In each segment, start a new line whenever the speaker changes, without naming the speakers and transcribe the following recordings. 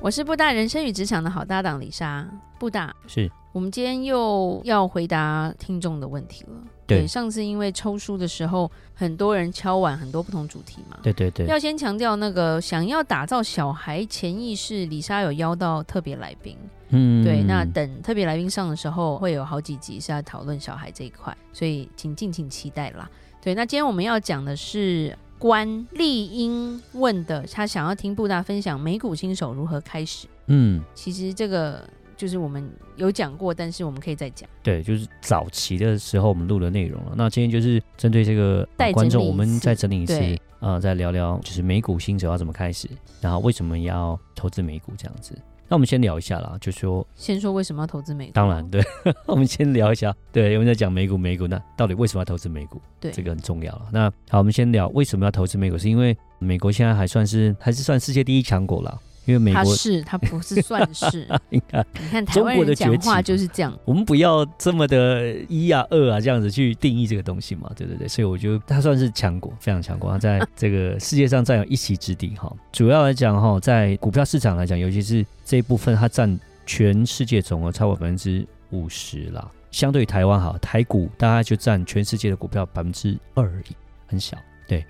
我是布大人生与职场的好搭档李莎。布大，
是
我们今天又要回答听众的问题了。
对
上次因为抽书的时候，很多人敲碗很多不同主题嘛。
对对对，
要先强调那个想要打造小孩潜意识，李莎有邀到特别来宾。
嗯
对，那等特别来宾上的时候，会有好几集是在讨论小孩这一块，所以请敬请期待啦。对，那今天我们要讲的是关丽英问的，她想要听布大分享美股新手如何开始。
嗯，
其实这个就是我们有讲过，但是我们可以再讲。
对，就是早期的时候我们录的内容了。那今天就是针对这个、呃
再
观众，
整理一
我们
次
再整理一次
对，
呃，再聊聊就是美股新手要怎么开始，然后为什么要投资美股这样子。那我们先聊一下啦，就说
先说为什么要投资美股？
当然，对， 我们先聊一下，对，我们在讲美股，美股那到底为什么要投资美股？
对
这个很重要了。啊那好，我们先聊为什么要投资美股，是因为美国现在还算是还是算世界第一强国啦，因为美
他
国
是他不是算是，
应该
你看台
中
湾
国的
人讲
崛
话
起
就是这样，
我们不要这么的一啊二啊这样子去定义这个东西嘛，对对对，所以我觉得它算是强国，非常强国，它 在这个世界上占有一席之地哈。主要来讲哈，在股票市场来讲，尤其是这一部分，它占全世界总额超过百分之五十啦。相对于台湾哈，台股大概就占全世界的股票百分之二而已，很小。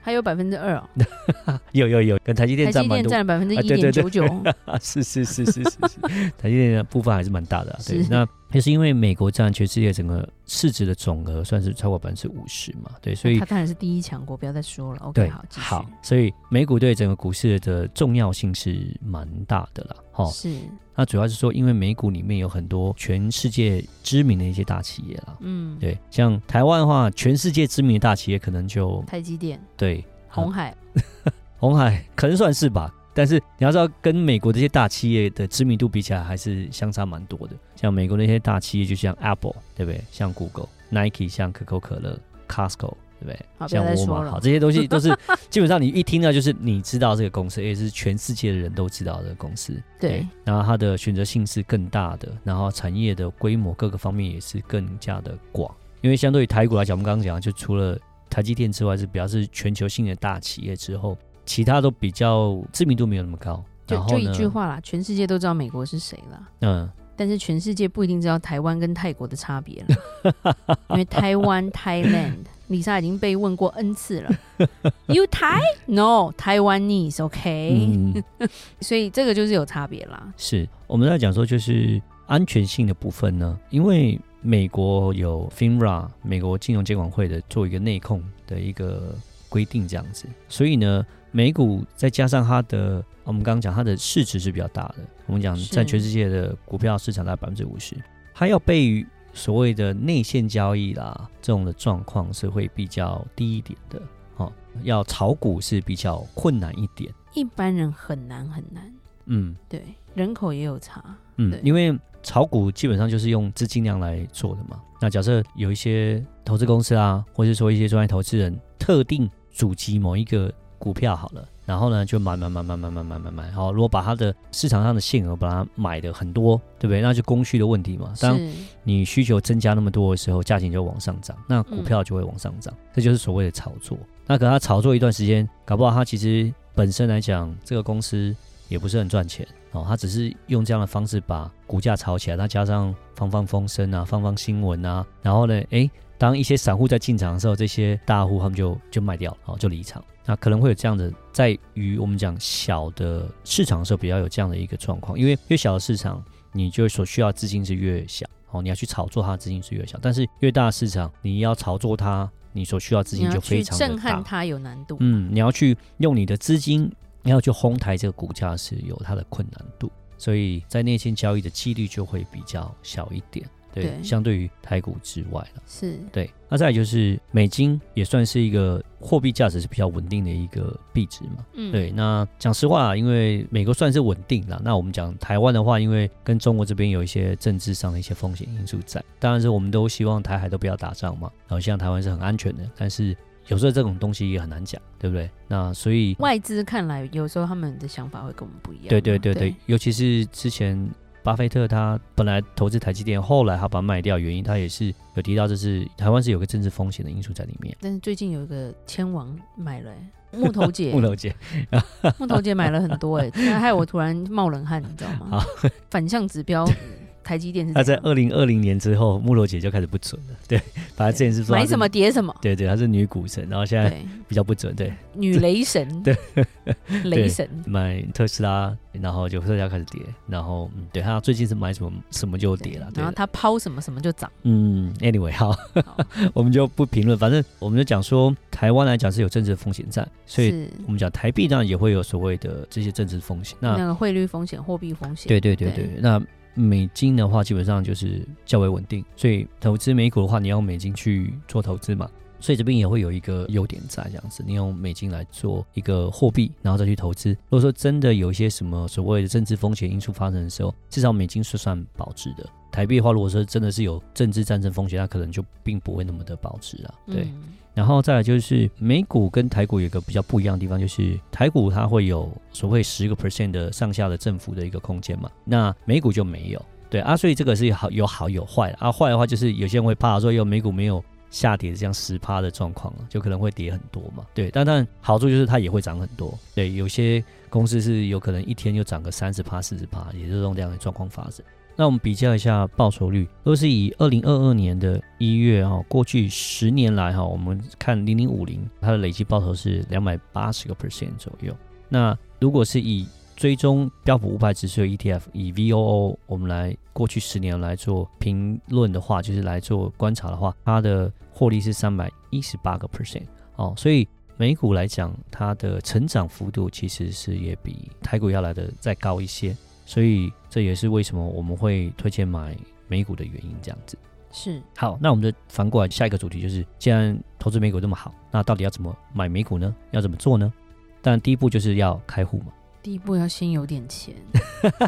还有百分之二哦，
有有有，跟台积电
台
占
积
蛮
电
多
占了百分之
啊
一
对对
点
对
九九，
啊，是是是是是是，台积电的部分还是蛮大的、啊。对
是，
那也是因为美国占全世界整个市值的总额算是超过百分之五十嘛，对， 所以
他当然是第一强国，不要再说了。OK，
对
好，继续。
好，所以美股对整个股市的重要性是蛮大的啦。好，
是，
那主要是说，因为美股里面有很多全世界知名的一些大企业啦。
嗯，
对，像台湾的话，全世界知名的大企业可能就
台积电、
对
红海，
红海可能算是吧，但是你要知道，跟美国这些大企业的知名度比起来，还是相差蛮多的。像美国那些大企业，就像 Apple，对不对？像 Google、Nike，像可口可乐、Costco，对不对？
好不
像
要再
沃尔
说
玛，
了
好，这些东西都是 基本上你一听到就是你知道这个公司，也是全世界的人都知道这个公司。
对，
然后它的选择性是更大的，然后产业的规模各个方面也是更加的广。因为相对于台股来讲，我们刚刚讲，就除了台积电之外，是比较是全球性的大企业之后，其他都比较知名度没有那么高。然
就
后
就
呢，
一句话啦，全世界都知道美国是谁了，
嗯，
但是全世界不一定知道台湾跟泰国的差别了，因为台 湾 Thailand，李莎已经被问过 N 次了，You Thai No Taiwanese OK，、
嗯，
所以这个就是有差别啦。
是我们在讲说就是安全性的部分呢，因为美国有 FINRA 美国金融监管会的做一个内控的一个规定这样子，所以呢，美股再加上它的我们刚刚讲它的市值是比较大的，我们讲
是
占全世界的股票市场大概百分之五十，它要被所谓的内线交易啦这种的状况是会比较低一点的。哦，要炒股是比较困难一点，
一般人很难很难，
嗯，
对，人口也有差，
嗯
对，
因为炒股基本上就是用资金量来做的嘛。那假设有一些投资公司啊，或是说一些专业投资人特定主击某一个股票好了，然后呢就买买买买买买买买买，好，如果把它的市场上的限额把它买的很多，对不对？那就供需的问题嘛。当
是
你需求增加那么多的时候，价钱就往上涨，那股票就会往上涨，这就是所谓的炒作。那可能它炒作一段时间，搞不好它其实本身来讲，这个公司也不是很赚钱哦，它只是用这样的方式把股价炒起来，那加上放放风声啊，放放新闻啊，然后呢，诶，当一些散户在进场的时候，这些大户他们就就卖掉了，哦，就离场。那可能会有这样的，在于我们讲小的市场的时候，比较有这样的一个状况，因为越小的市场，你就所需要的资金是越小，哦，你要去炒作它的资金是越小，但是越大的市场，你要炒作它，你所需要的资
你
金
要
就
去
非常的
震撼
大。
他有难度，
嗯，你要去用你的资金，你要去哄抬这个股价是有它的困难度，所以在内线交易的几率就会比较小一点。对，
对
相对于台股之外了。
是
对，那再来就是美金也算是一个货币价值是比较稳定的一个币值嘛。
嗯
对，那讲实话，啊因为美国算是稳定了。那我们讲台湾的话，因为跟中国这边有一些政治上的一些风险因素在，当然是我们都希望台海都不要打仗嘛。然后像台湾是很安全的，但是有时候这种东西也很难讲，对不对？那所以，
外资看来有时候他们的想法会跟我们不一样嘛。
对对对对
对，，
尤其是之前巴菲特他本来投资台积电，后来他把它卖掉，原因他也是有提到，这是台湾是有个政治风险的因素在里面。
但是最近有一个千王买了、欸木头姐
木，头姐，
木头姐买了很多哎、欸，害我突然冒冷汗，你知道吗？反向指 标，台积电是
他
这
在
样
二零二零年之后，木头姐就开始不准了。对， 反正之前是说她
买
是
什么跌什么，
对对，她是女股神，然后现在
对，
比较不准，对，
女雷神，
对，
雷神，
买特斯拉，然后就特斯拉开始跌，然后嗯，对，她最近是买什么什么就跌了，对
然后，他抛什么什么 就涨，
嗯，anyway，好，
好
我们就不评论，反正我们就讲说，台湾来讲是有政治风险在，所以
是
我们讲台币当然也会有所谓的这些政治风险。那
那个汇率风险、货币风险，
对对对对，
对
那美金的话基本上就是较为稳定，所以投资美股的话，你要用美金去做投资嘛，所以这边也会有一个优点在这样子，你用美金来做一个货币，然后再去投资。如果说真的有一些什么所谓的政治风险因素发生的时候，至少美金是算保值的。台币的话，如果说真的是有政治战争风险，那可能就并不会那么的保值了。对，
嗯
然后再来就是美股跟台股有一个比较不一样的地方，就是台股它会有所谓十个 percent 的上下的振幅的一个空间嘛，那美股就没有。对啊，所以这个是好有好有坏的啊。坏的话就是有些人会怕说，哟，美股没有下跌这样十趴的状况了，啊就可能会跌很多嘛。对，但但好处就是它也会涨很多。对，有些公司是有可能一天就涨个三十趴、四十趴，也就是用这样的状况发生。那我们比较一下报酬率，都是以二零二二年的一月哈、过去十年来哦哈、我们看零零五零，它的累计报酬是两百八十个 percent 左右。那如果是以追踪标普五百指数的 ETF，以 VOO 我们来过去十年来做评论的话，就是来做观察的话，它的获利是三百一十八个 percent 哦，所以美股来讲，它的成长幅度其实是也比台股要来的再高一些。所以这也是为什么我们会推荐买美股的原因，这样子。
是
好，那我们就反过来，下一个主题就是，既然投资美股这么好，那到底要怎么买美股呢？要怎么做呢？当然，第一步就是要开户嘛。
第一步要先有点钱，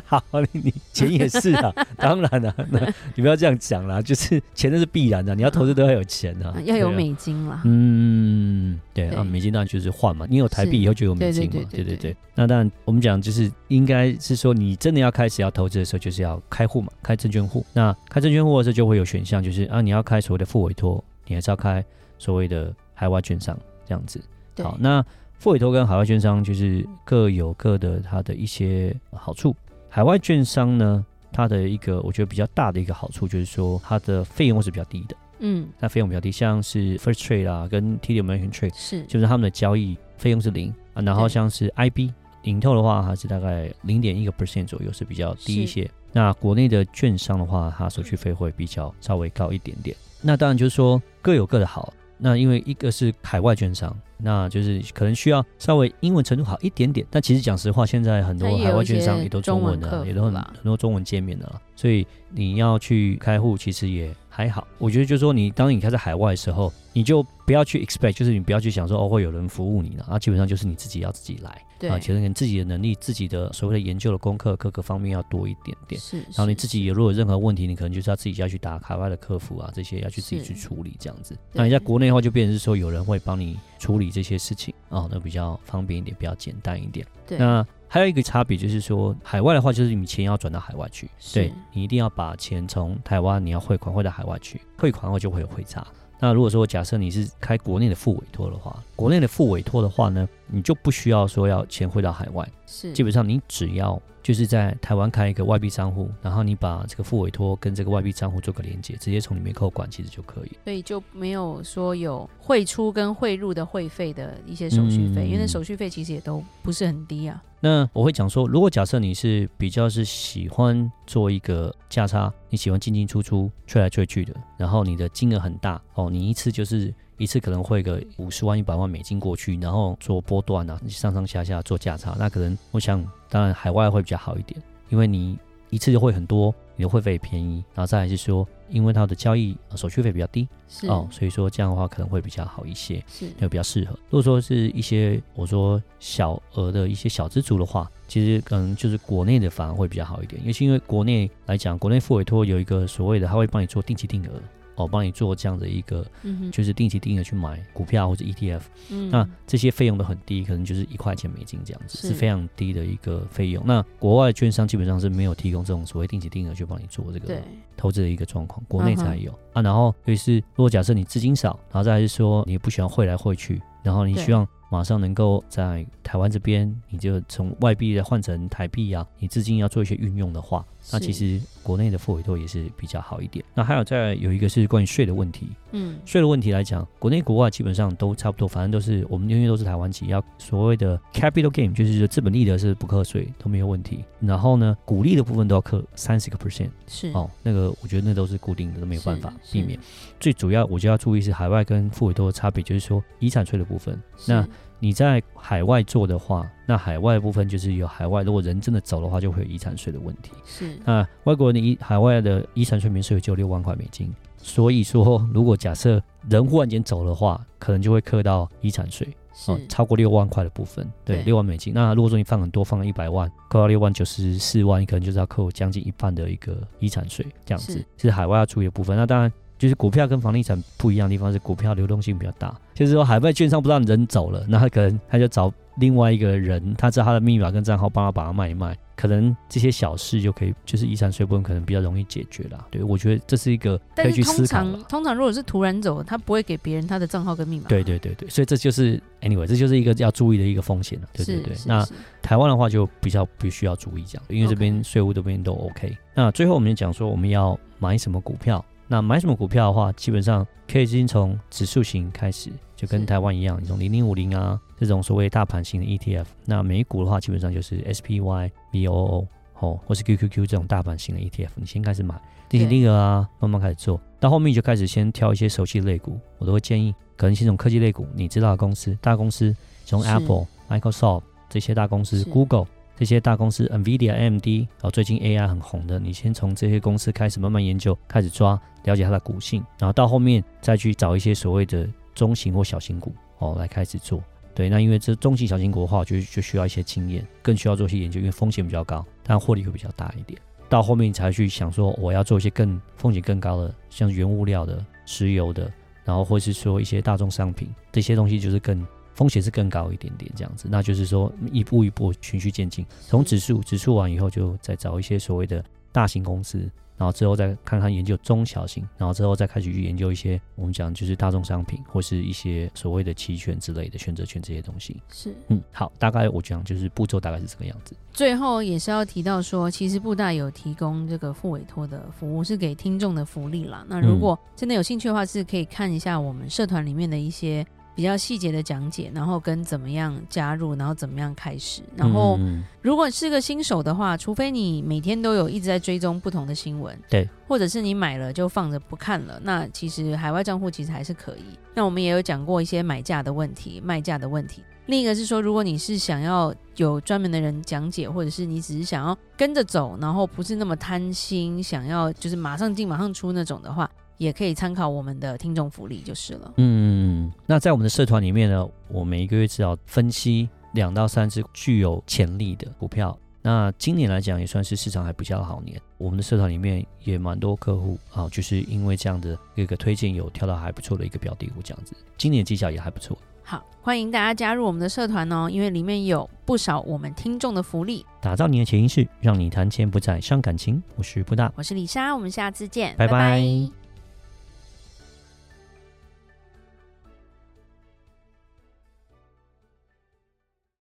好，你你钱也是啊， 当然了、那你不要这样讲啦，就是钱那是必然啊的、你要投资都要有钱啊，
要有
对啊。
美金啦，
嗯，对
对
啊，美金当然就是换嘛，你有台币
是
以后就有美金嘛，
对对对对对
那当然，我们讲就是应该是说，你真的要开始要投资的时候，就是要开户嘛，开证券户。那开证券户的时候就会有选项，就是啊，你要开所谓的副委托，你还是要开所谓的海外券商这样子。
对，
好，那副委托跟海外券商就是各有各的它的一些好处。海外券商呢，它的一个我觉得比较大的一个好处就是说，它的费用是比较低的。
嗯，
那费用比较低，像是 First Trade 啦、跟 TD American Trade，
是
就是他们的交易费用是零啊。然后
对
像是 IB 零透的话，还是大概零点一个 percent 左右，是比较低一些。那国内的券商的话，它手续费会比较稍微高一点点。那当然就是说各有各的好。那因为一个是海外券商，那就是可能需要稍微英文程度好一点点，但其实讲实话，现在很多
它也有
海外券商
一些
也都中文的
中
啊，
文客服
也都很
啦
很多中文界面的啦，所以你要去开户其实也还好。我觉得就是说你当你开在海外的时候，你就不要去 expect，就是你不要去想说哦会有人服务你了啊，基本上就是你自己要自己来
对
啊，，其实你自己的能力、自己的所谓的研究的功课各个方面要多一点点。
是，然
然后你自己也如果有任何问题，你可能就是要自己要去打海外的客服啊，这些要去自己
是
去处理这样子。那你在国内的话，就变成是说有人会帮你处理这些事情啊、哦，那比较方便一点，比较简单一点。
对
那还有一个差别就是说，海外的话就是你钱要转到海外去，
是
对你一定要把钱从台湾你要汇款汇到海外去，汇款后就会有汇差。那如果说假设你是开国内的副委托的话，国内的副委托的话呢，你就不需要说要钱汇到海外，
是
基本上你只要就是在台湾开一个外币账户，然后你把这个副委托跟这个外币账户做个连接，直接从里面扣款，其实就可以。
所以就没有说有汇出跟汇入的会费的一些手续费，因为那
嗯
手续费其实也都不是很低啊。
那我会讲说，如果假设你是比较是喜欢做一个价差，你喜欢进进出出、吹来吹去的，然后你的金额很大哦，你一次就是一次可能汇个五十万、一百万美金过去，然后做波段啊，上上下下做价差，那可能我想，当然海外会比较好一点，因为你一次就汇很多，你的汇费也便宜，然后再来是说，因为它的交易呃手续费比较低
是
哦，所以说这样的话可能会比较好一些。
是
就比较适合。如果说是一些我说小额的一些小资族的话，其实可能就是国内的反而会比较好一点，尤其因为国内来讲，国内付委托有一个所谓的，他会帮你做定期定额哦帮你做这样的一个，
嗯哼，
就是定期定额去买股票或者 ETF，、
嗯
那这些费用都很低，可能就是一块钱美金这样子，
是
是非常低的一个费用。那国外券商基本上是没有提供这种所谓定期定额去帮你做这个
对，
投资的一个状况，国内
嗯哼
才有、啊。然后，尤其是如果假设你资金少，然后再来是说你不喜欢汇来汇去，然后你
对
希望马上能够在台湾这边，你就从外币换成台币啊，你资金要做一些运用的话，那
是
其实国内的付委托也是比较好一点。那还有再有一个是关于税的问题，
嗯，
税的问题来讲，国内国外基本上都差不多，反正都是我们因为都是台湾企业，所谓的 capital gain 就是资本利得是不课税都没有问题。然后呢，股利的部分都要课三十个 percent
是
哦，那个我觉得那都是固定的，都没有办法
嗯是
避免。，最主要我就要注意是海外跟付委托的差别，就是说遗产税的部分。
是
那你在海外做的话，那海外的部分就是有海外，如果人真的走的话，就会有遗产税的问题。
是
那外国人的遗海外的遗产税免税额只有六万块美金，所以说如果假设人忽然间走的话，可能就会扣到遗产税
是
哦，超过六万块的部分，对，
对
六万美金。那如果说你放很多，放了一百万，扣到六万九十四万，你可能就是要扣将近一半的一个遗产税，这样子
是
是海外要注意的部分。那当然。就是股票跟房地产不一样的地方是，股票流动性比较大，就是说海外券商不知道人走了，那他可能他就找另外一个人，他知道他的密码跟账号，帮他把它卖一卖，可能这些小事就可以，就是遗产税部分可能比较容易解决啦。对，我觉得这是一个可
但
以去
是
思
通
考啦
常通常如果是突然走，他不会给别人他的账号跟密码。
对对对对，所以这就是 anyway，这就是一个要注意的一个风险了。对对
是
对
是，
那
是
台湾的话就比较不需要注意这样，因为这
OK
边税务这边都 OK。那最后我们就讲说我们要买什么股票，那买什么股票的话，基本上可以先从指数型开始，就跟
是
台湾一样，你从零零五零啊这种所谓大盘型的 ETF，那美股的话基本上就是 SPY、VOO 哦，或是 QQQ 这种大盘型的 ETF，你先开始买。定期
对
定额啊，慢慢开始做。到后面你就开始先挑一些熟悉的类股，我都会建议，可能先从科技类股，你知道的公司、大公司，从
是
Apple、Microsoft 这些大公司
是
，Google 这些大公司，NVIDIA、AMD，然后哦最近 AI 很红的，你先从这些公司开始慢慢研究，开始抓，了解它的股性，然后到后面再去找一些所谓的中型或小型股哦来开始做。对，那因为这中型小型股的话，就就需要一些经验，更需要做一些研究，因为风险比较高，但获利会比较大一点。到后面你才去想说，我要做一些更风险更高的，像原物料的、石油的，然后或是说一些大众商品这些东西，就是更风险是更高一点点这样子。那就是说一步一步循序渐进，从指数指数完以后，就再找一些所谓的大型公司，然后之后再看看研究中小型，然后之后再开始去研究一些我们讲就是大众商品或是一些所谓的期权之类的选择权这些东西。
是
嗯，好，大概我讲就是步骤大概是这个样子。
最后也是要提到说，其实布大有提供这个付委托的服务，是给听众的福利啦。那如果真的有兴趣的话，是可以看一下我们社团里面的一些比较细节的讲解，然后跟怎么样加入，然后怎么样开始。然后
嗯嗯
如果是个新手的话，除非你每天都有一直在追踪不同的新闻，
对，
或者是你买了就放着不看了，那其实海外账户其实还是可以。那我们也有讲过一些买价的问题、卖价的问题。另一个是说，如果你是想要有专门的人讲解，或者是你只是想要跟着走，然后不是那么贪心，想要就是马上进马上出那种的话，也可以参考我们的听众福利就是了。
嗯，那在我们的社团里面呢，我每一个月至少分析两到三只具有潜力的股票。那今年来讲也算是市场还比较好年，我们的社团里面也蛮多客户啊，就是因为这样的一个推荐，有挑到还不错的一个标的股这样子，今年绩效也还不错，
好，欢迎大家加入我们的社团哦，因为里面有不少我们听众的福利。
打造你的潜意识，让你谈钱不再伤感情。我是布大，
我是李莎，我们下次见，
拜拜
拜